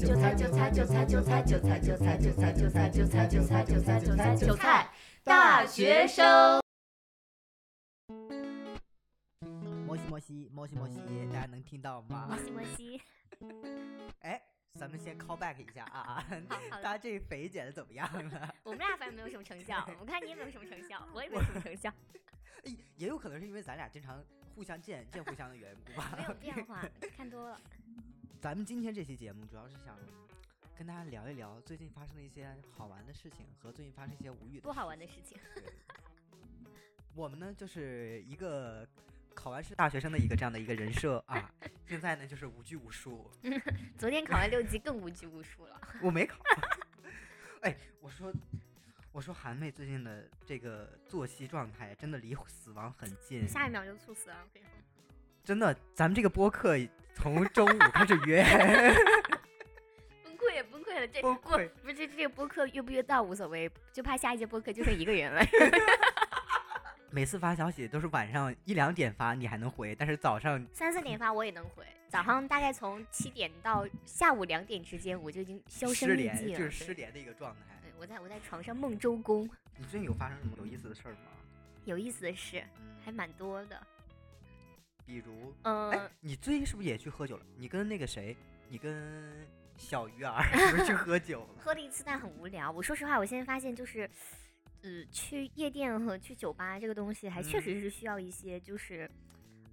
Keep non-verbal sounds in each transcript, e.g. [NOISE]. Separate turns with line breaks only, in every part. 韭菜，韭菜，韭菜，韭菜，韭菜，韭菜，韭菜，韭菜，韭菜，韭菜，韭菜，韭菜，韭菜，大学生。
摩西摩西摩西摩西，大家能听到吗
[LAUGHS] 摩？西摩西，
哎，咱们先 call back 一下啊， [LAUGHS]
好好
大
的，
家这肥减的怎么样了？
[LAUGHS] 我们俩反正没有什么成效，我看你也没有什么成效，我也没有什么成效，
[LAUGHS] 哎也有可能是因为咱俩经常互相见见互相的缘故吧。
[LAUGHS] 没有变化，看多了。
[LAUGHS] 咱们今天这期节目主要是想跟大家聊一聊最近发生的一些好玩的事情和最近发生一些无语的
多好玩的事情！
情。对 [LAUGHS] 我们呢就是一个考完试大学生的一个这样的一个人设啊，现在呢就是无拘无束。
昨天考完六级更无拘无束了，
我没考。 [LAUGHS] 哎，我说，我说韩妹最近的这个作息状态真的离死亡很
[LAUGHS]
近，
下一秒就猝死了。我跟你说，
真的，咱们这个播客从周五开始
[LAUGHS]
约，
崩溃也崩溃了，这
崩
我
溃
不是这这个播客约不约到无所谓，就怕下一届播客就剩一个人了。 [LAUGHS]
每次发消息都是晚上一两点发，你还能回，但是早上
三四点发我也能回，早上大概从七点到下午两点之间，我就已经销声
失
匿
联，
迹了。对
就是失联的一个状态。
对我在我在床上梦周公，
你最近有发生什么有意思的事儿吗？嗯
有意思的事还蛮多的。
比如，
嗯、
哎，你最近是不是也去喝酒了？你跟那个谁，你跟小鱼儿 [LAUGHS] 是不是去喝酒了？ [LAUGHS]
喝了一次，但很无聊。我说实话，我现在发现就是，呃，去夜店和去酒吧这个东西，还确
嗯
实是需要一些就是，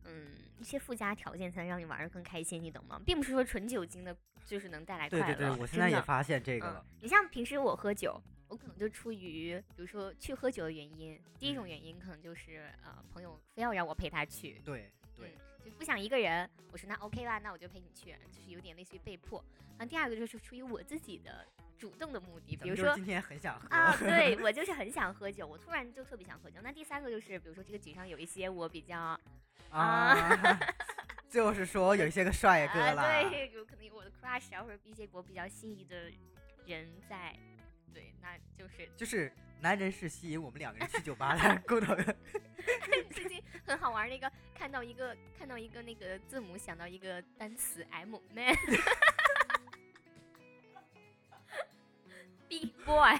嗯，一些附加条件才能让你玩的更开心，你懂吗？并不是说纯酒精的，就是能带来快
对
乐。
对对，我现
真
在
的
也发现这个
嗯
了。，
你像平时我喝酒，我可能就出于比如说去喝酒的原因，第一种
嗯
原因可能就是呃朋友非要让我陪他去，
对对，
嗯，就不想一个人，我说那 OK 吧，那我就陪你去，就是有点类似于被迫。然后第二个就是出于我自己的主动的目的，
咱
比
们
如
就是
说
今天很想喝，
啊，对
[LAUGHS]
我就是很想喝酒，我突然就特别想喝酒。那第三个就是，比如说这个局上有一些我比较 [LAUGHS]
啊，就是说有一些个帅哥啦，
啊， [LAUGHS] 对，有可能有我的 crush 啊，或者一些我比较心仪的人在，对，那就是
就是男人是吸引我们两个人去酒
[LAUGHS]
吧的共同的，
最近很好玩儿，那个看到一个看到一个那个字母，想到一个单词 M [LAUGHS] man。B boy，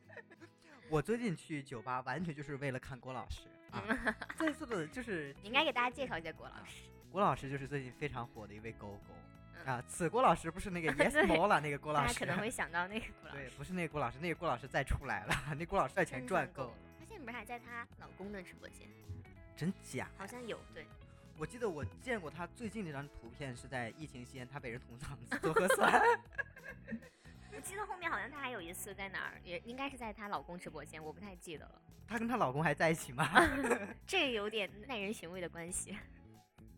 [LAUGHS]
我最近去酒吧完全就是为了看郭老师啊，
嗯
这次的就是
你应该给大家介绍一下郭老师。
郭老师就是最近非常火的一位狗
嗯
狗啊，此郭老师不是
[LAUGHS]
那个 Yes
对
m o l a 那个郭老
大家
师
可，能
[LAUGHS]
会想到那个郭老
对，
师，
不是那个郭老师，那个郭老师再出来了， [LAUGHS] 那郭老师在钱
真
赚
够
够，
了。她现在不是还在她老公的直播间？
真假？
好像有，对，
我记得我见过他最近这张图片是在疫情期间，他被人捅嗓子做核酸，
我记得后面好像她还有一次在哪儿，也应该是在她老公直播间，我不太记得了。
她跟她老公还在一起吗？
[LAUGHS] 这有点耐人寻味的关系。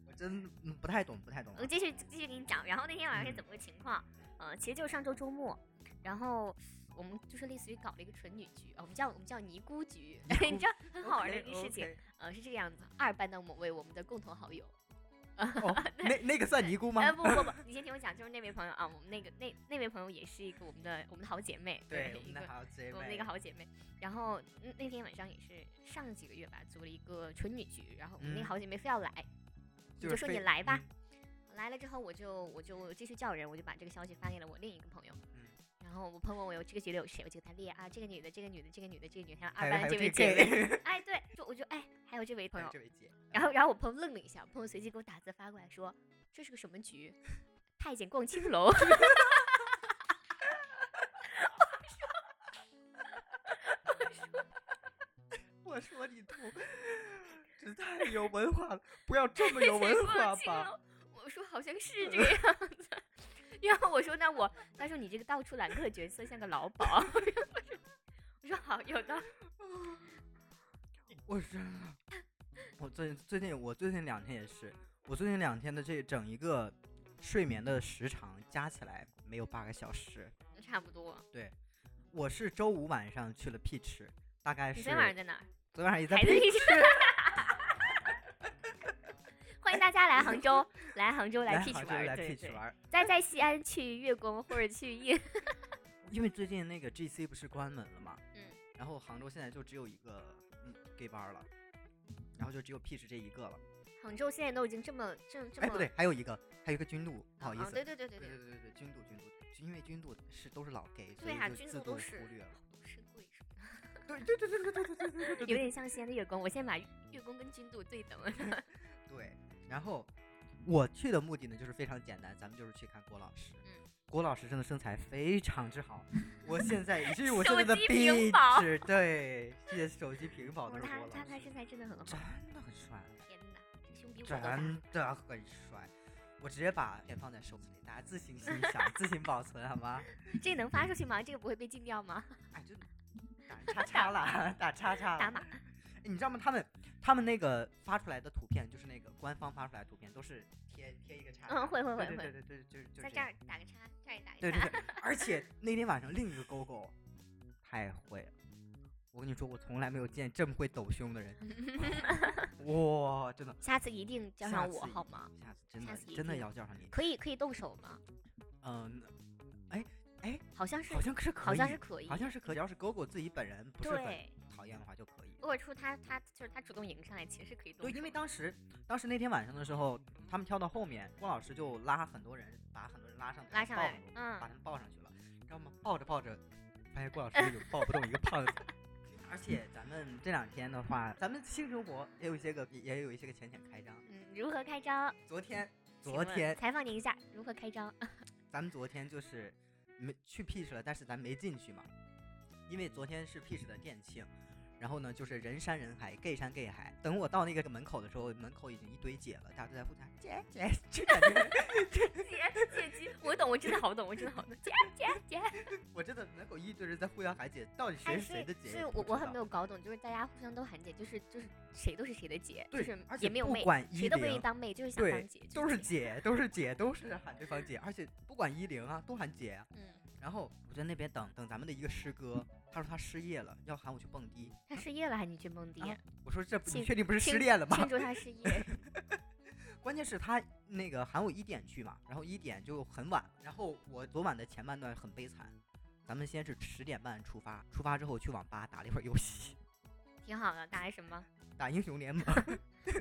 我真嗯不太懂，不太懂啊。
呃我继续继续给你讲。然后那天晚
嗯
上是怎么个情况？呃，其实就是上周周末，然后我们就是类似于搞了一个纯女局，呃我们叫我们叫尼姑局， [LAUGHS] 你知道很好玩的一个事情。
OK，OK
呃，是这个样子，二班的某位我们的共同好友，
哦，那那个算尼姑吗
呃，？不不不，你先听我讲，就是那位朋友啊，我们那个那那位朋友也是一个我们的我们的好姐妹，
对，我
一
们
个
的好嗯姐
我们的一个
妹。
好姐妹。然后嗯那天晚上也是上几个月吧，组了一个纯女局，然后我们那
嗯
个好姐妹非要来，就
就
是说
非
你来吧
嗯。
来了之后，我就我就继续叫人，我就把这个消息发给了我另一个朋友。
嗯
然后我朋友问我有这个局里有谁，我就给他列啊，这个女的，这个女的，这个女的，这个女的，还有
还有
二班的啊
还有
这位
这
姐妹。
位
哎，对，就我就哎，还有这位朋
还
友。
有 [LAUGHS] 这位姐，
然后然后我朋友愣了一下，我朋友随即给我打字发过来说这是个什么局？太监逛青楼。
我说你 [LAUGHS] 吐，这太有文化了，不要这么有
谁
文
说
化
青
吧？
楼 [LAUGHS] 我说好像是这个样子，然后我说那我，他说你这个到处揽客角色像个劳鸨。 [LAUGHS] 我说好，有道理。
我真的，我最最近我最近两天也是，我最近两天的这整一个睡眠的时长加起来没有八个小时。
[LAUGHS] 差不多。
我是周五晚上去了 Peach，大概
你
是
昨天晚上在哪儿？
昨天晚上也在
还在
Peach，
欢迎大家来杭州，来杭州
来
Peach
杭州
玩儿，
来
对
Peach
对
玩。儿。
再在西安去月宫或者去夜，
因为最近那个 GC 不是关门了嘛，
嗯，
然后杭州现在就只有一个嗯 gay bar 了，然后就只有 Peach 这一个了。
杭州现在都已经这么这么这么
哎，不对，还有一个，还有一个君度，不好意
啊
思，
对对对对
对
对
对对对，君度君度，因为君度是都是老 gay，所
对
以
啊，
就
君
自
度
动
都
忽
是
略了。
都是贵是吧？
对对对对对对对对对对
有点像西安的月宫，我先把月宫跟君度对等。
对，然后我去的目的呢，就是非常简单，咱们就是去看郭老师。
嗯
郭老师真的身材非常之
[LAUGHS]
好，我现在以至于我现
手
在的
机屏
壁
保
纸，对，这些手机屏保都
哦
是郭
他
老师，
他他身材真的很啊好，
真的很帅，
天哪，这胸比我都大。
真的很帅。我直接把片放在手机里，大家自行欣赏、自行保存，好吗？
这能发出去吗？这个不会被禁掉吗？
哎，就打叉叉了，打叉叉了
打码。
哎你知道吗？他们他们那个发出来的图片，就是那个官方发出来的图片，都是贴贴一个叉。
嗯，会会会
对对
会，
对对对，就是就是
在
这
这
样
儿打个叉，这儿也打
对
个
对
叉。
对，而且那天晚上另一个狗狗太会了，我跟你说，我从来没有见这么会抖
[LAUGHS]
胸的人，哇，真的，
下次一定叫
下
上
次
我
一
好吗？
下次真
下
的
次一
真的
定
要叫上你，
可以可以动手吗？
嗯，
好像是
好像是可以，
好像是可以
好。像是可以，要是狗狗自己本人不是很
对，
讨厌的话就可以
如。果出他他就是他主动迎上来，其实是可以动
对，
手的。
因为当时当时那天晚上的时候，他们跳到后面，郭老师就拉很多人，把很多人拉上台
拉上
抱
来
住
嗯
把他们抱上去了，你知道吗？抱着抱着，发现郭老师有抱不动一个胖子。 [LAUGHS] 而且咱们这两天的话，咱们性生活也有一些个，也有一些个浅浅开张。
嗯，如何开张？
昨天，
请
昨
问
天，
采访您一下，如何开张？
咱们昨天就是没去 Peach 了，但是咱没进去嘛，因为昨天是 Peach 的店庆，然后呢就是人山人海，gay 山 gay 海。等我到那个门口的时候，门口已经一堆姐了，大家都在互喊姐姐，就感觉
[LAUGHS] 姐姐姐，我懂，我真的好懂，我真的好懂。
[LAUGHS]
姐姐姐，
[LAUGHS] 我真的门口一堆人在互相喊姐，到底谁
哎，
是
所
谁
以
的姐？
所以
也
我
不
我
知
很
道
没有搞懂，就是大家互相都喊姐，就是就是谁都是谁的姐，就
对
是
而且
也没有
不
妹，
管
谁
一
都不愿意
零
当妹，就是想
对
当姐，
都是
是
姐，都是姐，都是喊对方姐，而且不管一零啊，都喊姐啊。
嗯，
然后我在那边等等咱们的一个师哥，他说他失业了，要喊我去蹦迪。
他失业了还你去蹦迪，
啊我说这不你
庆
确定不是
庆
失恋了吗？
庆祝他失业。
[LAUGHS] 关键是他那个喊我一点去嘛，然后一点就很晚，然后我昨晚的前半段很悲惨。咱们先是十点半出发，出发之后去网吧打了一会儿游戏， [LAUGHS]
挺好的，打的什么？
打英雄
[LAUGHS]
联盟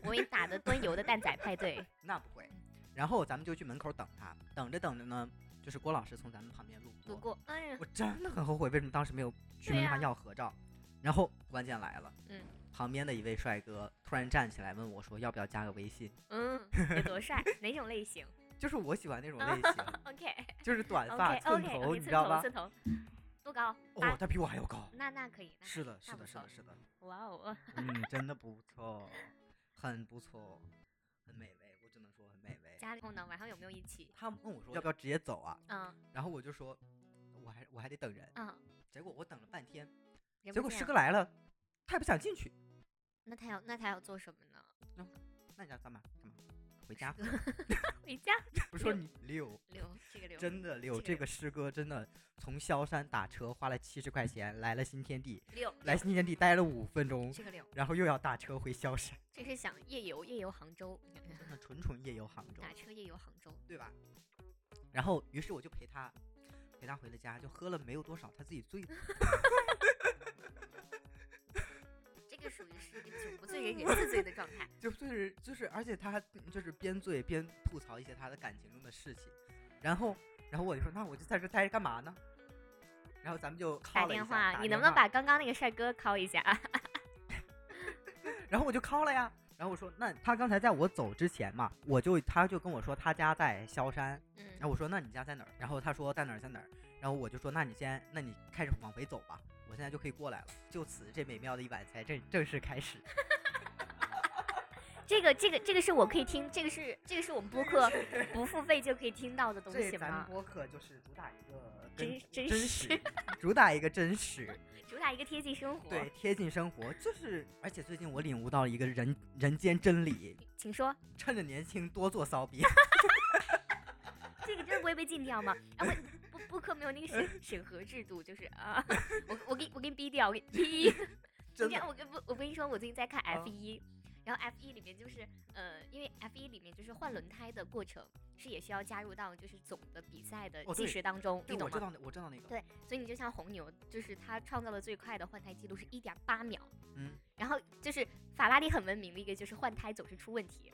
我给你打的端游的蛋仔派对，
那不会，然后咱们就去门口等他，等着等着呢，就是郭老师从咱们旁边路过，
不过，哎呀，
[LAUGHS] 我真的很后悔为什么当时没有去
对
问他
呀
要合照，然后关键来了，
嗯，
旁边的一位帅哥突然站起来问我说要不要加个微信，
嗯，有多
[LAUGHS]
帅？哪种类型
就是我喜欢那种类
[LAUGHS]
型，
？OK
就是短
OK
发
OK
寸头，
OK，
你
寸
知道
头
吧？
寸头，多高？
哦
八，，
他比我还要高。
那那可以，那
是的，
那
是
不
的，是
错
的，是的，
哇哦， [LAUGHS]
嗯，真的不错，很不错，很美味，我只能说很美味。
家里后呢？晚上有没有一起？
他问我说要不要直接走啊，
嗯
然后我就说我还我还得等人，
嗯，
结果我等了半天，
人
结
不
果
见
师
了
哥来了，他也不想进去，
那他要那他要做什么呢？，
那你要干嘛干嘛？回家
[LAUGHS] 回 [LAUGHS] 家
不是说你溜，
溜这个溜，
真的溜，
这个
这
溜
个师哥真的从萧山打车花了七十块钱来了新天地，
溜
来新天地待了五分钟，
这个溜，
然后又要打车回萧山，
这是想夜游夜游杭州，
真的纯纯夜游杭州。
打车夜游杭州，
对吧？然后，于是我就陪他，陪他回了家，就喝了没有多少，他自己
[LAUGHS]
醉了。
这个属于是一个
[LAUGHS]
酒不醉人人自醉的状态。
就是就是，而且他还就是边醉边吐槽一些他的感情中的事情。然后，然后我就说，那我就在这待着干嘛呢？然后咱们就
打
call 了一
电
下
话，
打
你
电
能不能
话
把刚刚那个帅哥 call 一下？啊
然后我就 call 了呀。然后我说，那他刚才在我走之前嘛，我就他就跟我说他家在萧山，然
嗯，
后我说那你家在哪儿？然后他说在哪儿在哪儿。然后我就说那你先，那你开始往回走吧，我现在就可以过来了。就此，这美妙的一晚才正正式开始。
这个这个这个是我可以听，这个是这个是我们播
[LAUGHS]
客不付费就可以听到的东
这
西
咱们
吗？
播客就是主打一个
真
真
真
实，主打一个真实，
主打一个贴近生活。
对，，贴近生活。就是，而且最近我领悟到了一个人人间真理，
请说，
趁着年轻多做骚逼。
这个真的不会被禁掉吗？啊，
[LAUGHS]
会播播客没有那个审审核制度，就是啊，我我给我给你逼掉，我给你逼。
[LAUGHS] 真
你看，
的，
我跟不，我跟你说，我最近在看
啊
F 一、然后 F 一里面就是，呃，因为 F 一里面就是换轮胎的过程是也需要加入到就是总的比赛的
哦
计
对
时当中，
对，
你
我
懂
知
吗？
道那，我知道那个，
对，所以你就像红牛，就是他创造了最快的换胎记录是一点八秒，
嗯，
然后就是法拉利很文明的一个就是换胎总是出问题，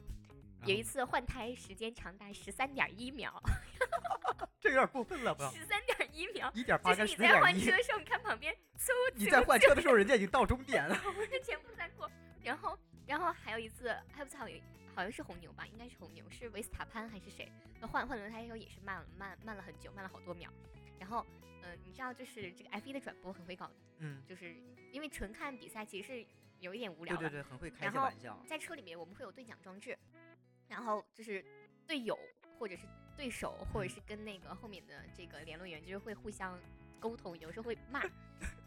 然
有
后
一次换胎时间长达十三点一秒，
这有点过分了吧？
十三点一秒。
一点
就
八
是
跟十
你
四点
在换
一
车，的时候，你看
[LAUGHS]
旁边嗖，
你
啾
在换车的时候，人家已经到终
[LAUGHS]
点了。
就全部在过。然后，然后还有一次，还有一次好像好像是红牛吧，应该是红牛，是维斯塔潘还是谁？那换换轮胎的时候也是慢了慢慢了很久，慢了好多秒。然后，呃，你知道就是这个 F 1的转播很会搞，
嗯，
就是因为纯看比赛其实是有一点无聊
对
的。
对对，很会开
然
一些
后
玩笑。
在车里面我们会有对讲装置，然后就是队友或者是对手，或者
嗯
是跟那个后面的这个联络员，就是会互相沟通，有时候会骂，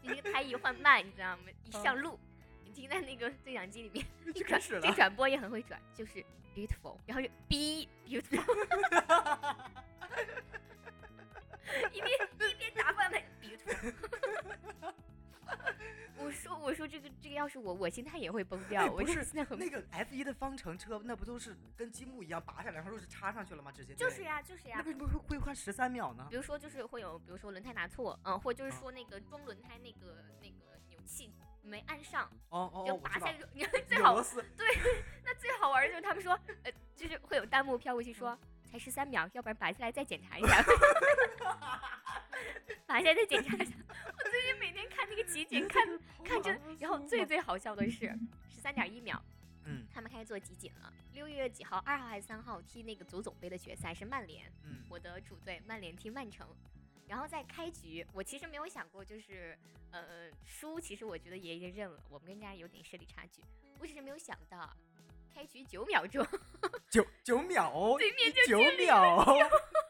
你那个台语换慢，你知道吗？一
啊
上路，你听在那个对讲机里面，
[LAUGHS] 就
这
开
个
始
[LAUGHS]
了
这转播也很会转，就是 beautiful，然后就 be beautiful，一边一边打饭呗 beautiful。我说，我说这个这个，要是我，我心态也会崩掉。
哎
我
不
这
是
现在很
那个 F 一的方程车，那不都是跟积木一样拔下来，然后就是插上去了吗？直接
就是、呀，就是呀
那，为什么会会花十三秒呢
比？如说就是会有，比如说轮胎拿错，嗯，或者就是
啊
说那个装轮胎那个那个扭器没按上，
哦哦
就
哦，我
拔
知
下
道
来，就，你看最
有
好
螺丝，
那最好玩的就是他
[LAUGHS]
们说，呃，就是会有弹幕飘过去说
嗯
才十三秒，要不然拔下来再检查一下， [LAUGHS] 拔下来再检查一下。 [LAUGHS] 我最近每天看那个集锦，
[LAUGHS]
看看这，然后最最好笑的是十三点一秒，
嗯
他们开始做集锦了。六月几号，二号还是三号踢那个足总杯的决赛是曼联。
嗯，
我的主队曼联踢曼城。然后在开局，我其实没有想过，就是呃输，其实我觉得也已经认了，我们跟人家有点实力差距。我只是没有想到，开局九秒钟，
九九秒哦，
对面就
九秒哦，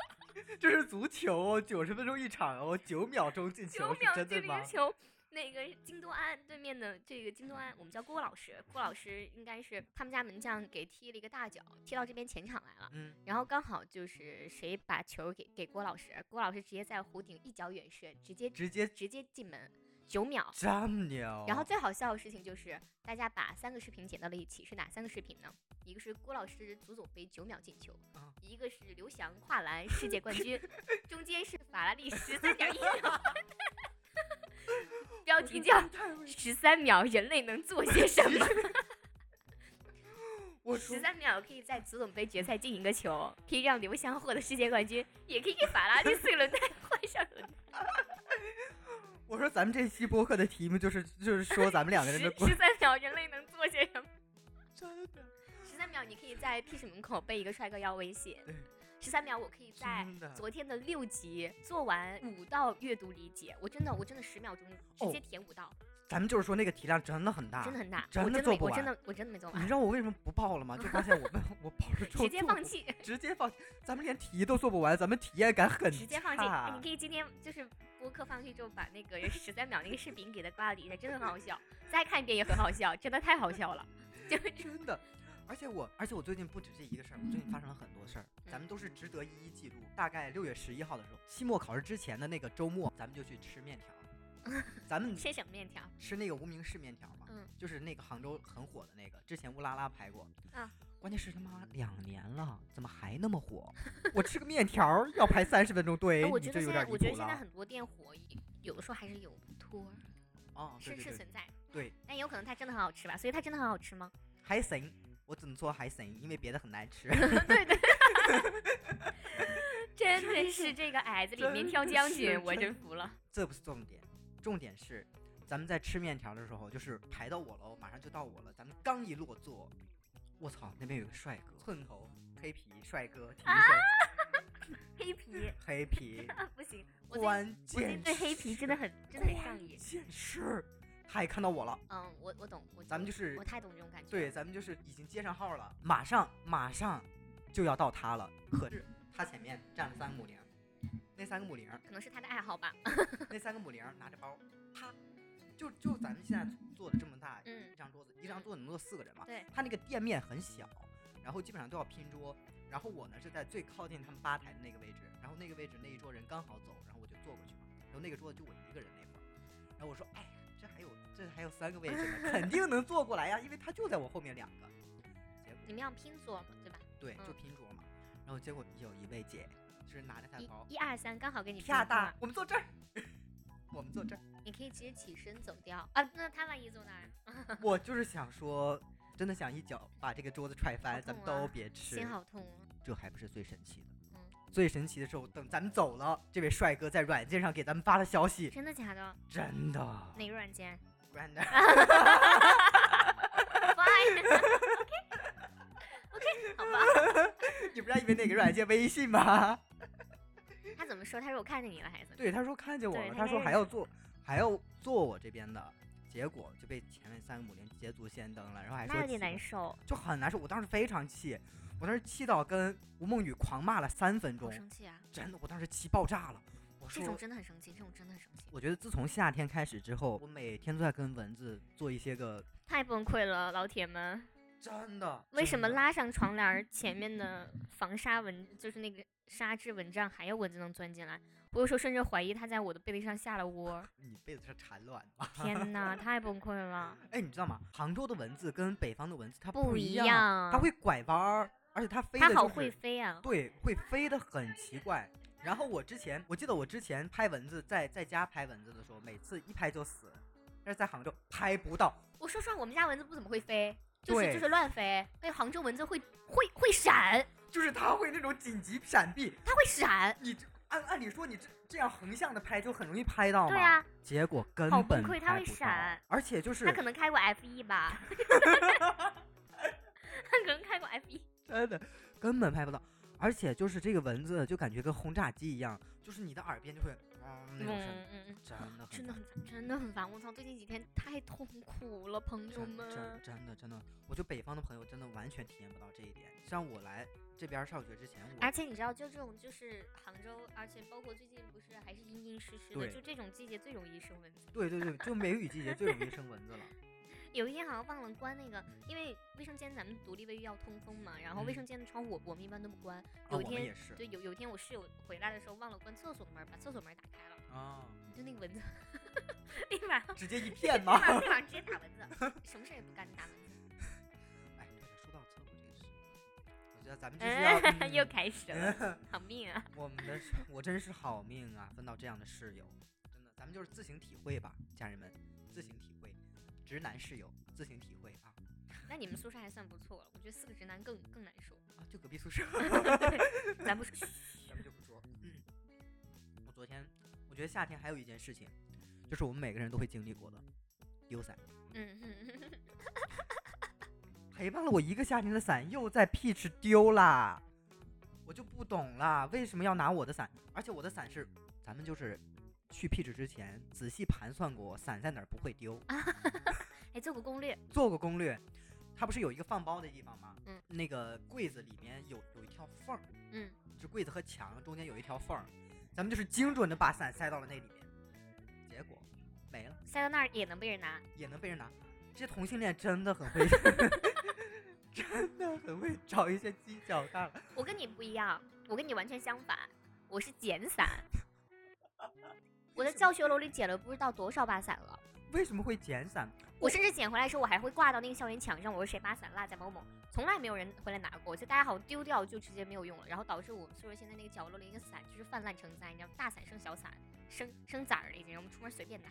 [LAUGHS] 这是足球哦，九十分钟一场哦，九秒钟进
九
球是
秒
真
这
的
个
吗
赢？球，那个京多安对面的这个京多安，我们叫郭老师，郭老师应该是他们家门将给踢了一个大脚，踢到这边前场来了。
嗯，
然后刚好就是谁把球给给郭老师，郭老师直接在弧顶一脚远射，直接
直接
直接进门，九秒。
这么牛。
然后最好笑的事情就是，大家把三个视频剪到了一起，是哪三个视频呢？一个是郭老师足总杯九秒进球，
啊
一个是刘翔跨栏世界冠
[LAUGHS]
军，中间是法拉利十三点一秒，标题叫“十三秒人类能做些什
[LAUGHS]
么
我”，说
十三秒可以在足总杯决赛进一个球，可以让刘翔获得世界冠军，也可以给法拉利碎轮胎换上轮胎。
我说咱们这期播客的题目就是就是说咱们 [LAUGHS] 两个人的
十十三秒人类能做些什么？
真的
十三秒，你可以在 P 室门口被一个帅哥要微信
对。
十三秒，我可以在
真的
昨天的六集做完五道阅读理解。我真的，我真的十秒钟直
哦
接填五道，
咱们就是说那个体量真的很大，
真的很大。
啊真
我
的
真
做
的，
不
我真
完
的，我真的没做
你
完
知，道我为什么不报了吗？就发现我们我报了之后
直接
做
放
不，
弃，
直接放，咱们连题都做不完，咱们体验感很
直接放弃。哎
差
你可以今天就是播客放弃之后，把那个十三秒那个视频给它挂到底下，真的很好笑。再看一遍也很好笑，真的太好笑了。就
真的。而且我，而且我最近不止这一个事儿，我最近发生了很多事儿，
嗯
咱们都是值得一一记录。大概六月十一号的时候，期末考试之前的那个周末，咱们就去吃面条，
[LAUGHS]
咱们
吃什么面条？
吃那个无名氏面条嘛，
嗯
就是那个杭州很火的那个，之前乌拉拉排过。
啊，
关键是他妈两年了，怎么还那么火？我吃个面条儿要排三十分钟队，
哎我
你
觉
这
得
有
现在，
点离
我觉得
谱
现在
了。啊
很多店火，有的时候还是有托儿，
哦，对
是
对
是
对
存在。
对，
但有可能它真的很好吃吧？所以它真的很好吃吗？
还行，我只能说还行，因为别的很难吃。 [LAUGHS]
对对，真的是这个矮子里面挑将
真
军
是，
我
真
真服了。
这不是重点，重点是咱们在吃面条的时候，就是排到我喽，马上就到我了，咱们刚一落座，我操，那边有个帅哥，寸头、黑皮帅哥，挺帅，
黑皮
黑皮，
不行，啊我最
关
我最近
键
对黑皮真的很真的很上瘾。
件事，他也看到我了，
嗯，我我懂，我
咱们就是
我太懂这种感觉。
对，，咱们就是已经接上号了，马上马上就要到他了，可是他前面站了三个母零，那三个母零，
可能是他的爱好吧。
那三个母零拿着包，他就就咱们现在坐的这么大
嗯
一张桌子，一张桌子能坐四个人嘛，
对，
他那个店面很小，然后基本上都要拼桌，然后我呢是在最靠近他们吧台的那个位置，然后那个位置那一桌人刚好走，然后我就坐过去嘛，然后那个桌子就我一个人那会儿，然后我说，哎呀，这还有这还有三个位置呢，肯定能坐过来呀，因为他就在我后面两个，结
你
果
们要拼桌嘛，对吧？
对
嗯
就拼桌嘛，然后结果有一位姐就是拿着她的包，
一一二三，刚好跟你拼
啪嗒
桌，
我们坐这儿， [LAUGHS] 我们坐这儿。
你可以直接起身走掉啊。那他万一坐那儿，
我就是想说，真的想一脚把这个桌子踹翻，
好
咱们
痛啊
都别吃
心。好痛啊。
这还不是最神奇的
嗯，
最神奇的是，等咱们走了，这位帅哥在软件上给咱们发了消息，
真的假的？[LAUGHS]
真的。
哪个软件
Grinder，
[LAUGHS] ？Fine，OK，好
[LAUGHS]
吧。
你不是还以为哪个软件？微信吗？ [LAUGHS]
他怎么说？他说我看见你了，孩子。
对，他说看见我
对
了，
他
他说
应该
还
认
要做，还要做我这边的，结果就被前面三个母零捷足先登了，然后还说
那有点
起
难受，
就很难受。我当时非常气，我当时气到跟吴梦雨狂骂了三分
好
钟，
生气啊！
真的，我当时气爆炸了。我
这
说
种真的很生气，这种真的很生气，
我觉得自从夏天开始之后，我每天都在跟蚊子做一些个
太崩溃了，老铁们！
真的。
为什
真
么
的？
拉上床帘儿前面的防沙蚊，就是那个纱质蚊帐，还有蚊子能钻进来？我有时候甚至怀疑它在我的被子上下了窝。 [LAUGHS]
你被子是产卵吗？
天哪，太崩溃了！
哎，你知道吗？杭州的蚊子跟北方的蚊子它
不一
一样，它
样
会拐弯儿，而且它飞的、就
它
是、
好会飞啊！
对，会飞得很奇怪。然后我之前，我记得我之前拍蚊子，在在家拍蚊子的时候，每次一拍就死，但是在杭州拍不到，
我说实话，我们家蚊子不怎么会飞，就是就
对
是乱飞。那杭州蚊子会会会闪，
就是它会那种紧急闪避。
它会闪。
你这按按理说你这这样横向的拍就很容易拍到嘛，
对啊，
结果根
好
本
崩溃它
拍
会
不到
闪，
而且就是
它可能开过 F 一 [LAUGHS] 吧，它可能开过 F 一。
真的根本拍不到，而且就是这个蚊子就感觉跟轰炸机一样，就是你的耳边就会嗡
嗯
那种声音，
嗯嗯。
真的很
真的很烦，真的很烦。我操，最近几天太痛苦了，朋友
真
们
真。真的真的，我觉得北方的朋友真的完全体验不到这一点。像我来这边儿上学之前，我
而且你知道，就这种就是杭州，而且包括最近不是还是阴阴湿湿的，
对
就这种季节最容易生蚊子。
对对对，就梅雨季节最容易生蚊子
[LAUGHS]
了。啊
有一天好像忘了关那个，因为卫生间咱们独立卫浴要通风嘛，然后卫
嗯
生间的窗户我我们一般都不关。
啊，
有一
我们
天
也是
对有有一天我室友回来的时候忘了关厕所的门，把厕所门打开了， [LAUGHS]
啊，
就那个蚊子，立
[LAUGHS]
马
直接一
立
片嘛。
马立马直接打蚊子，
[LAUGHS]
什么事儿也不干打蚊子。
哎，说到厕所这个事，我觉得咱们就是要、
[LAUGHS] 嗯，又
嗯
开始了，
[LAUGHS]
好命啊！
我们的是，我真是好命啊，分到这样的室友，真的，咱们就是自行体会吧，家人们，自行体会，直男室友自行体会啊
那你们宿舍还算不错了，我觉得四个直男更更难 [LAUGHS] 受。
啊，就隔壁宿舍。
咱不是
咱们就不说。我昨天，我觉得夏天还有一件事情，就是我们每个人都会经历过的，丢伞。
嗯嗯，
陪伴了我一个夏天的伞又在 Peach 丢啦，我就不懂啦，为什么要拿我的伞？而且我的伞是，咱们就是去 Peach 之前仔细盘算过伞在哪儿不会丢，
哎，做个攻略，
做过攻略。它不是有一个放包的地方吗？
嗯，
那个柜子里面有有一条缝儿，
嗯，
就柜子和墙中间有一条缝儿，咱们就是精准的把伞塞到了那里面，结果没了，
塞到那儿也能被人拿。
也能被人拿。这些同性恋真的很会， [LAUGHS] 真的很会找一些犄角旮旯。
我跟你不一样，我跟你完全相反，我是捡伞。我在教学楼里捡了不知道多少把伞了，
为什么会捡伞？
我甚至捡回来的时候，我还会挂到那个校园墙上，我说谁把伞落在某某，从来没有人回来拿过，就大家好像丢掉就直接没有用了，然后导致我们宿舍现在那个角落里那个伞就是泛滥成灾，你知道大伞生小伞，生生崽儿了已经，我们出门随便拿。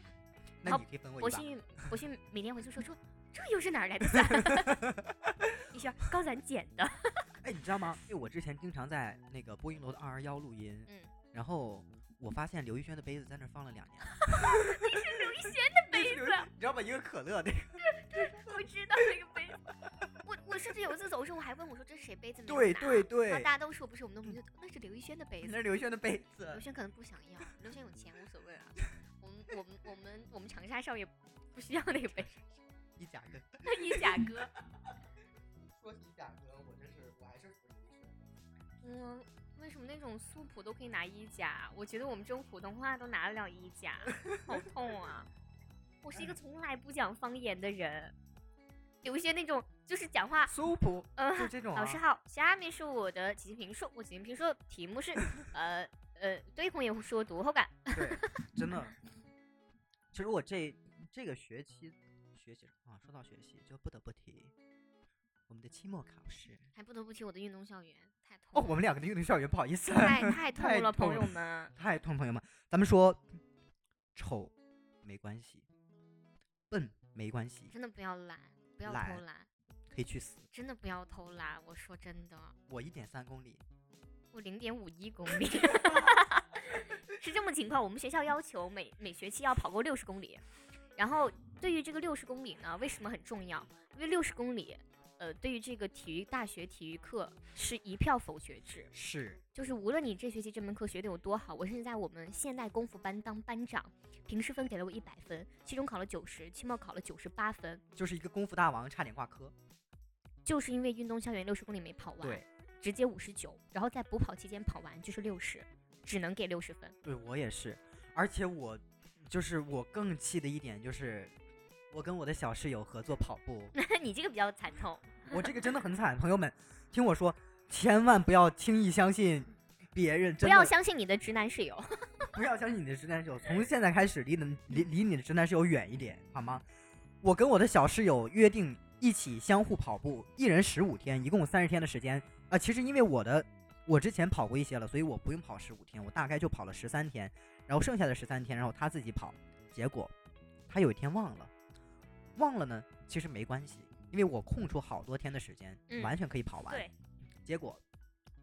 那
好
你可以分我
博
一把。
信博信
[LAUGHS]
每天回去说说这又是哪儿来的伞？ [LAUGHS] 一下高咱捡的， [LAUGHS]
哎，你知道吗？因为我之前经常在那个播音楼的二二幺录音，
嗯，
然后我发现刘玉轩的杯子在那儿放了两
[LAUGHS]
年了
刘一轩的
那是
杯
刘
子
玉， [LAUGHS] 你知道吗？一个可乐那个。
我知道那个杯子。我我甚至有一次走的时候，我还问我说这是谁杯子没有
对
拿
对嗯
然后
对
大，家都说不是我们的，我们就那是刘一轩的杯
那
子。
是刘玉轩的 [LAUGHS] 杯子。
刘轩可能不想要，刘轩有钱无所谓
[LAUGHS]
啊。我们我们我们我们长沙少爷不需要那个杯子，
一甲 [LAUGHS] 哥，
一甲哥。
说起甲哥，我真是我还是服刘轩。
嗯，为什么那种素普都可以拿一甲？我觉得我们这种普通话都拿得了一甲，好痛啊！我
哎
是一个从来不讲方言的人，有一些那种就是讲话，
苏普，
嗯、
就这种、啊。
老师好，下面是我的即兴评述，我即兴评述的题目
[LAUGHS]
是，呃呃，对红也会说读后感，
对，真的。其实我这这个学期学习啊，说到学习，就不得不提我们的期末考试。
还不得不提我的运动校园，太痛
哦，
了
我们两个的运动校园，不好意思，
太太痛
[LAUGHS] 太
了，
痛
朋友
了
们，
[LAUGHS] 太痛，朋友们，咱们说丑没关系，笨没关系，
真的不要懒，不要
懒
偷懒，
可以去死。
真的不要偷懒，我说真的，
我一点三公里，
我零点五一公里， [LAUGHS] 是这么情况。我们学校要求每每学期要跑够六十公里，然后对于这个六十公里呢，为什么很重要？因为六十公里，呃，对于这个体育大学体育课是一票否决制，
是
就是无论你这学期这门课学得有多好，我甚至在我们现代功夫班当班长，平时分给了我一百分，期中考了九十，期末考了九十八分，
就是一个功夫大王差点挂科，
就是因为运动校园六十公里没跑完。
对。
直接五十九，然后在补跑期间跑完就是六十，只能给六十分。
对我也是，而且我就是我更气的一点就是，我跟我的小室友合作跑
[LAUGHS]
步，
你这个比较惨痛，
我这个真的很惨，朋友们，听我说，千万不要轻易相信别人，
不
真
要
的
相信你的直男室友。
不要相信你的直男室友，从现在开始离你离离你的直男室友远一点，好吗？我跟我的小室友约定一起相互跑步，一人十五天，一共三十天的时间啊、其实因为我的我之前跑过一些了，所以我不用跑十五天，我大概就跑了十三天，然后剩下的十三天，然后他自己跑。结果他有一天忘了，忘了呢，其实没关系，因为我空出好多天的时间，
嗯
完全可以跑完。
对，
结果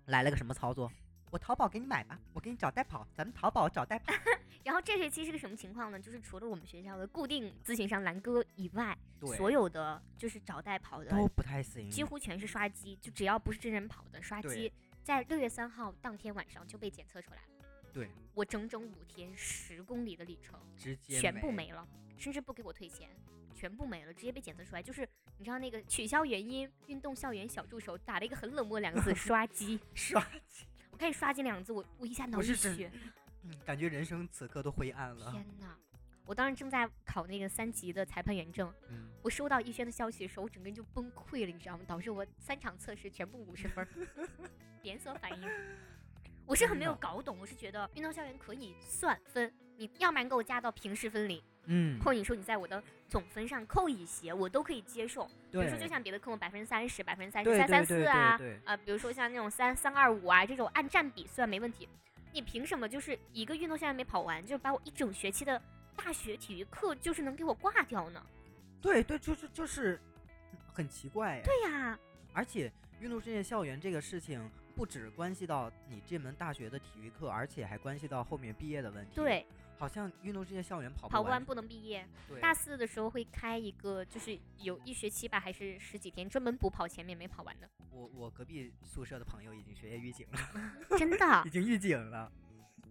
来了个什么操作？我淘宝给你买吧，我给你找代跑，咱们淘宝找代跑。
然后这学期是个什么情况呢？就是除了我们学校的固定咨询商蓝哥以外，
对，
所有的就是找代跑
都
的，
不太行，
几乎全是刷机，就只要不是真人跑的刷
对
机，在六月三号当天晚上就被检测出来了。
对，
我整整五天十公里的里程，
直接
全部没了，甚至不给我退钱，全部没了，直接被检测出来。就是你知道那个取消原因，运动校园小助手打了一个很冷漠两个
[LAUGHS]
字“刷机
刷，”，
[LAUGHS] 我开始刷机两个字，我我一下脑
我
溢
是真啊
血，
嗯感觉人生此刻都灰暗了。
天哪！我当时正在考那个三级的裁判员证，
嗯，
我收到逸轩的消息的时候，我整个人就崩溃了，你知道吗？导致我三场测试全部五十分儿，连锁反应。我是很没有
天
搞懂，我是觉得运动校园可以算分，你要不然给我加到平时分里，
嗯，
或者你说你在我的总分上扣一些，我都可以接受。比如
对，
说，就像别的科目百分之三十、百分之三十
对
三、
对
三
对
四
对
啊，
对
啊，比如说像那种三三二五啊这种按占比算没问题。你凭什么就是一个运动项目没跑完，就把我一整学期的大学体育课就是能给我挂掉呢？
对对，就是就是很奇怪呀。哎
对呀，
而且运动世界校园这个事情，不只关系到你这门大学的体育课，而且还关系到后面毕业的问题。，
对，
好像运动世界校园跑
跑不
不
完
完，
不能毕业。
对
大四的时候会开一个，就是有一学期吧，还是十几天专门补跑前面没跑完的，
我我隔壁宿舍的朋友已经学业预警了，
[LAUGHS] 真的啊
已。经预警了。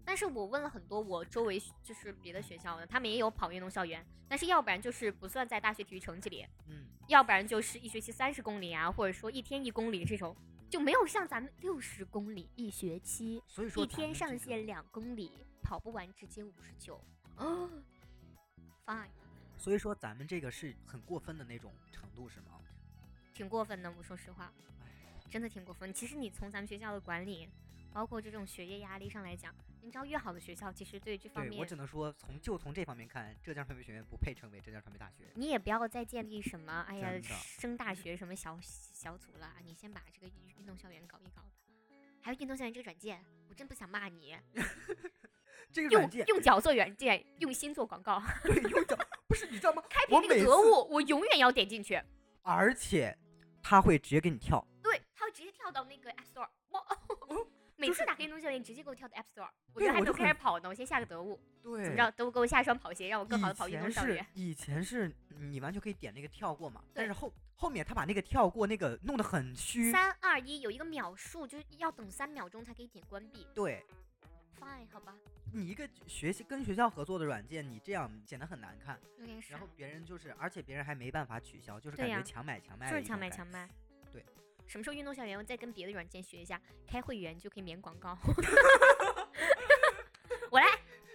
但是我问了很多我周围就是别的学校的，他们也有跑运动校园，但是要不然就是不算在大学体育成绩里，
嗯，
要不然就是一学期三十公里啊，或者说一天一公里这种，就没有像咱们六十公里一学期，
所以说
一
咱
天
们
上
这个
限两公里，跑不完直接五十九。哦，fine，
所以说咱们这个是很过分的那种程度，是吗？
挺过分的，我说实话，真的挺过分。其实你从咱们学校的管理，包括这种学业压力上来讲，你知道越好的学校，其实对这方
对
面
我只能说，从就从这方面看，浙江传媒学院不配成为浙江传媒大学。
你也不要再建立什么，哎呀
真，的嗯
升大学什么小小组了，你先把这个运运动校园搞一搞吧。还有运动校园这个软件，我真不想骂你，
这个
用
软件
用脚做软件，用心做广告，
[LAUGHS] 对用脚不是你知道吗？
开
我
辟那
每
个
次
得物，我永远要点进去。
而且他会直接给你跳，
对，它会直接跳到那个 App Store，哇，哦 [LAUGHS] 每次打开运动校园直接给我跳到 App Store，我
对
觉得还
我
没有
就
开始
很
跑呢，我先下个得物，
对
怎么着都给我下一双跑鞋，让我更好的跑
以
运动
前
校
是
园。 [LAUGHS]
以前是你完全可以点那个跳过嘛，但
对
是后后面他把那个跳过那个弄得很虚，
三二一，有一个秒数，就是要等三秒钟才可以点关闭。
对
Fine，好吧，
你一个学习跟学校合作的软件，你这样显得很难看，
有点傻
然后。别人就是，而且别人还没办法取消，就是
对
感觉
呀
强买强卖
就
的
是
一
强
种
买
感
强
觉
卖。
对，
什么时候运动校园我再跟别的软件学一下，开会员就可以免广
[LAUGHS]
告。我来，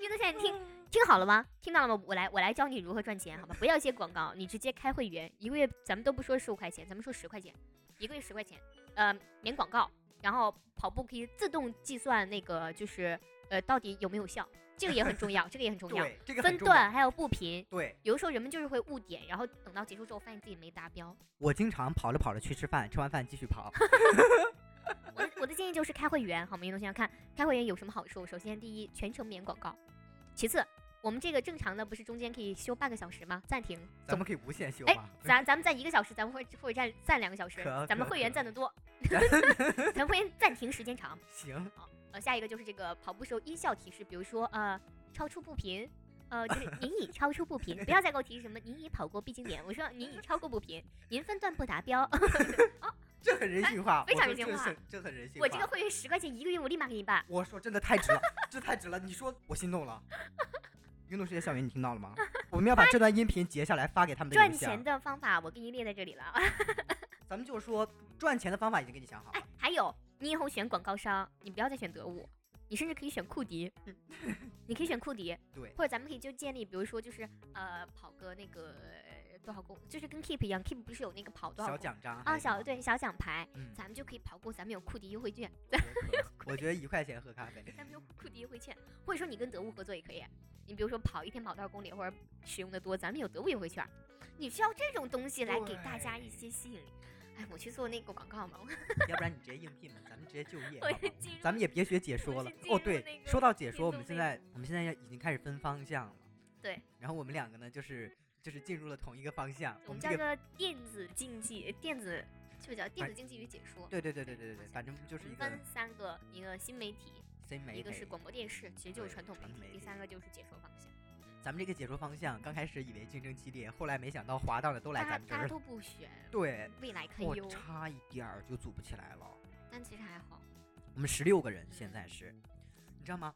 运动校园听听好了吗？听到了吗？我来，我来教你如何赚钱，好吧？不要接广告，你直接开会员，一个月咱们都不说十五块钱，咱们说十块钱，一个月十块钱，呃，免广告，然后跑步可以自动计算那个就是呃到底有没有效，这个也很重要，这个也很重要。
对这个很
分
重要
段还有步频，
对。
有的时候人们就是会误点，然后等到结束之后发现自己没达标。
我经常跑着跑着去吃饭，吃完饭继续跑。
我的我的建议就是开会员，好吗？运动想想看，开会员有什么好处？首先，第一，全程免广告；其次，我们这个正常的不是中间可以休半个小时吗？暂停，
咱
总
们可以无限休
哎
吗？
咱咱们暂一个小时，咱们会或者站暂两个小时
可，
咱们
可
会员
可 [LAUGHS]
占得多。咱会暂停时间长。
行，
呃，下一个就是这个跑步时候音效提示，比如说呃，超出步频，呃，就是 [LAUGHS] 您已超出步频，不要再给我提示什么您已跑过必经点，我说您已超过步频，您分段不达标。
这很人性化，
哎非
我
常
说
人性
这
化
是，这很人性化。
我这个会员十块钱一个月，我立马给你办。
我说真的太值了，这太值了！你说我心动了。 [LAUGHS] 运动世界校园，你听到了吗？我们要把这段音频截下来发给他们的
哎赚
邮
钱
箱。
的方法我给你列在这里了。啊
咱们就说赚钱的方法已经给你想好
哎
了。，
还有，你以后选广告商，你不要再选得物，你甚至可以选库迪，你可以选库迪，
嗯 [LAUGHS] 对
或者咱们可以就建立，比如说就是呃跑个那个多少公，就是跟 Keep 一样，Keep 不是有那个跑多少
小
公
奖章还
啊
有
小
什
对小奖牌，
么，嗯，
咱们就可以跑步，咱们有库迪优惠券，
我觉得一块钱喝咖啡，
咱们有库迪优惠券，或者说你跟得物合作也可以，你比如说跑一天跑多少公里，或者使用的多，咱们有得物优惠券，你需要这种东西来给大家一
对
些吸引力。哎，我去做那个广告嘛，我
要不然你直接应聘吧，咱们直接就业。
我
好
也
吗
进入
咱们也别学解说
我
了
是。进
哦，
入
对
那，个
说到解
运
说，我
动
们现
类
在我们现在要已经开始分方向了。
对。嗯
然后我们两个呢，就是就是进入了同一个方向。
我
我
们
们
叫
这个
做电子竞技，电子就叫电子竞技与解说。
对对对对对对对，反正就
我
是一
们
个
分三个，一个新媒体，
新媒
一个
体
是广播电视，其实就是
对
传统
传统
媒
媒
体，第
体
三个就是解说方向。
咱们这个解说方向，刚开始以为竞争激烈，后来没想到滑到了都来
大
咱们这
大家哎
儿了。
都不选，
对， [LAUGHS]
未来堪
我
忧，
差一点儿就组不起来了。
但其实还好。
我们十六个人现在是，你知道吗？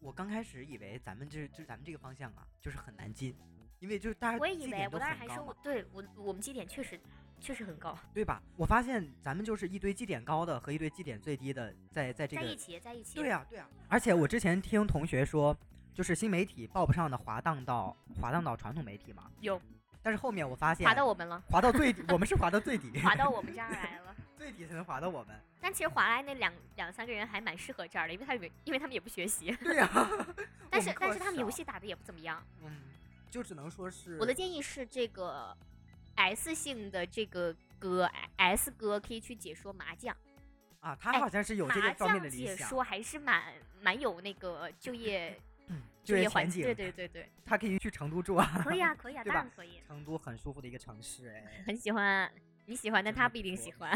我刚开始以为咱们这就是咱们这个方向啊，就是很难进，因为就是大家
我也以
绩
为
点，都
我当时还
很高
说我
嘛，
对我我们绩点确实确实很高，
对吧？我发现咱们就是一堆绩点高的和一堆绩点最低的在在这
在
个
一起在一起。
对呀、啊对呀、而且我之前听同学说，就是新媒体报不上的滑档到滑档到传统媒体嘛。
有。
但是后面我发现
划到我们了，
滑到最 [LAUGHS] 底，我们是滑到最底，
划到我们这儿来
[LAUGHS]
了。
最底才能滑到我们。
但其实划来那两两三个人还蛮适合这儿的，因为他们因为他们也不学习，
对啊呀、
但
我
是但
们课
是他们游
少
戏打的也不怎么样。
[LAUGHS] 嗯，就只能说是
我的建议是这个 S 姓的这个哥 S 哥可以去解说麻将，
啊，他
哎
好像是有这
麻
个方
将
面的理
解
想，
说还是蛮蛮有那个就业就
就
业
业
环
前
境，
景，
对对对对，
他可以去成都住啊，
可以啊可以啊，
对
当
吧
然可以，
[LAUGHS] 成都很舒服的一个城市，哎，
很喜欢。你喜欢，但
真
他
的
不一定
不
喜
错
欢。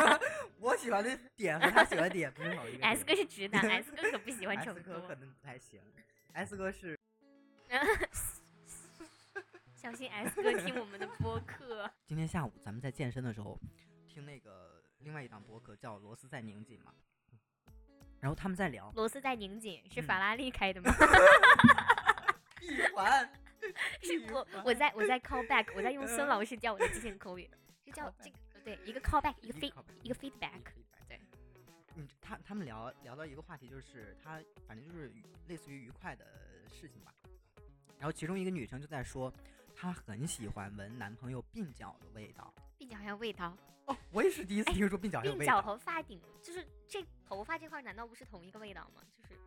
[LAUGHS] 我喜欢的点和他喜欢的点不是某一 [LAUGHS] 个
[LAUGHS] S 哥
点。
是直男
[LAUGHS]
，S 哥可不喜欢
S
成
哥可
都。
能不太行，S 哥是
小心 S 哥听我们的播
[LAUGHS]
客。
今天下午咱们在健身的时候，听那个另外一档播客叫《螺丝在拧紧》嘛，然后他们在聊
螺丝在拧紧，是
嗯
法拉利开
[LAUGHS]
的吗？
闭
[LAUGHS]
环，
是
闭
我
环
我在
[LAUGHS]
我在 call back，我在用孙老师教我的即兴口语，是叫
嗯 Call
这个对一个 call back，一
一
个 feed 一个 feedback，对。
嗯，他他们聊聊到一个话题，就是他反正就是愉类似于愉快的事情吧。然后其中一个女生就在说，她很喜欢闻男朋友鬓角的味道。
鬓角还有味道，
哦，我也是第一次
哎
听说鬓角还有
鬓
味
角
道，
和发顶就是这头发这块儿难道不是同一个味道吗？就是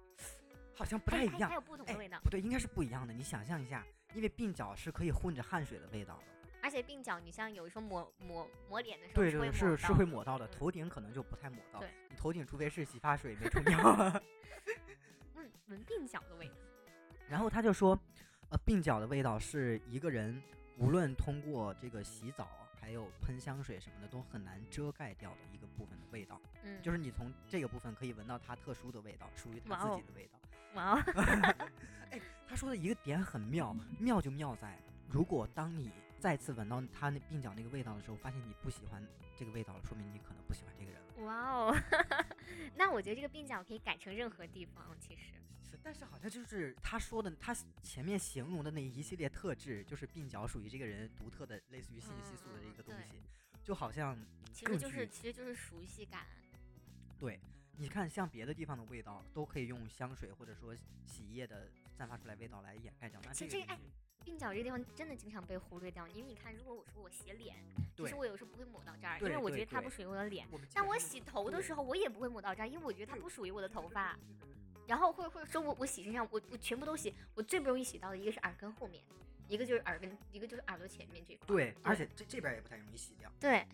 好像不
不
太一
它
样
有。不同的
哎
味道，
不对，应该是不一样的。你想象一下，因为鬓角是可以混着汗水的味道的。
而且鬓角你像有时候抹抹抹脸的时候
对
是会
对，
抹
是是
到
会
的
抹到的，
嗯
头顶可能就不太抹到
对。
你头顶除非是洗发水没冲掉。 [LAUGHS]
嗯，闻鬓角的味道，
然后他就说，呃，鬓角的味道是一个人无论通过这个洗澡，还有喷香水什么的，都很难遮盖掉的一个部分的味道。
嗯，
就是你从这个部分可以闻到它特殊的味道，属于
哇
它自
哦
己的味道。
哇哦，
他说的一个点很妙，妙就妙在，如果当你再次闻到他那鬓角那个味道的时候，发现你不喜欢这个味道了，说明你可能不喜欢这个人了。
哇哦， [LAUGHS] 那我觉得这个鬓角可以改成任何地方，其实
但是好像就是他说的，他前面形容的那一系列特质，就是鬓角属于这个人独特的，类似于信息素的
嗯
一个
嗯
东
对
西，就好像
其实
更
就是
具
其实就是熟悉感，
对，你看像别的地方的味道都可以用香水或者说洗液的散发出来味道来掩盖掉，那
其
这
实这
个
个
东
哎
西
鬓角这个地方真的经常被忽略掉，因为你看，如果我说我洗脸，其
对
实我有时候不会抹到这儿，因
对
为我觉
对
得它不
对
属于我的脸。
我们基
但
本
我
上
洗头的
对
时候，我也不会抹到这儿，因为我觉得它不属于我的头发。然后会会说我我洗身上，我我全部都洗，我最不容易洗到的一个是耳根后面，一个就是耳根，一个就是耳朵前面这块儿。
对，而且这这边儿也不太容易洗掉，
对，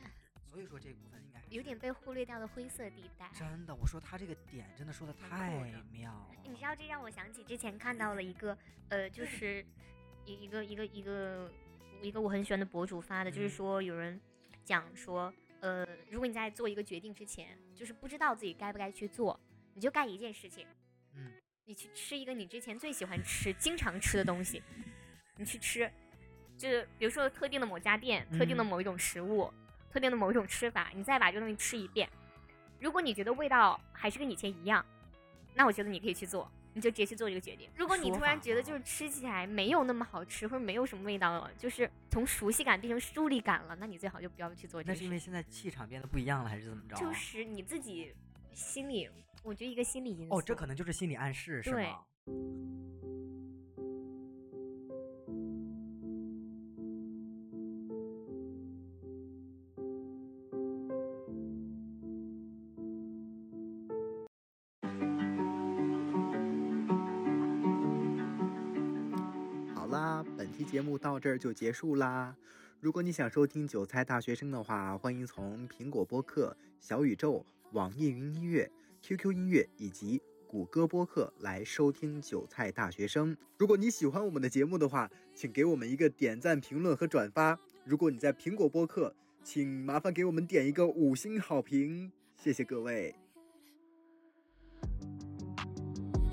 所以说这部分应该还
有
是
点被忽略掉的灰色地带。
真的，我说他这个点真的说的
蛮
太
酷的
妙
你知
了。
道这让我想起之前看到了一个呃，
嗯
就是一一个一个一个一个我很喜欢的博主发的，就是
嗯
说有人讲说呃，如果你在做一个决定之前，就是不知道自己该不该去做，你就干一件事情，
嗯，
你去吃一个你之前最喜欢吃、经常吃的东西，你去吃，就是比如说特定的某家店、特定的
嗯
某一种食物、特定的某一种吃法，你再把这个东西吃一遍，如果你觉得味道还是跟以前一样，那我觉得你可以去做。你就直接去做这个决定。如果你
说
突然
法
觉得就是吃起来没有那么好吃，或者没有什么味道了，就是从熟悉感变成疏离感了，那你最好就不要去做这
那
个
是
事
因为现在气场变得不一样了，还是怎么着啊？
就是你自己心里，我觉得一个心理因素。
哦，这可能就是心理暗示，是
对
吗？
好啦，本期节目到这儿就结束啦。如果你想收听《韭菜大学生》的话，欢迎从苹果播客、小宇宙、网易云音乐、QQ 音乐以及谷歌播客来收听《韭菜大学生》。如果你喜欢我们的节目的话，请给我们一个点赞、评论和转发。如果你在苹果播客，请麻烦给我们点一个五星好评，谢谢各位。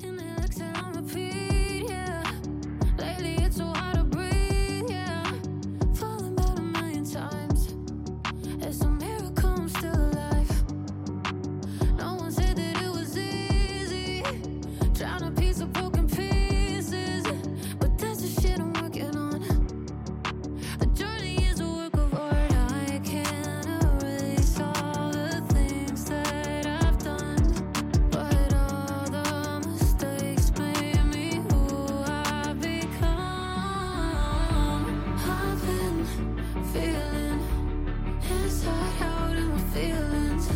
And it looks and on repeat, yeah. Lately it's so hard to breathe, yeah. Falling about a million times. It's a miracle I'm still alive. No one said that it was easy. Trying to piece of broken pieces. But that's the shit I'm working on. The journey is a work of art. I can't erase all the things that I've done. But all the mistakes made me who I become. I've been feeling inside out in my feelings,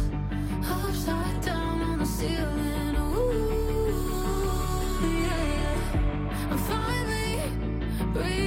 upside down on the ceiling. Ooh, yeah, I'm finally breathing.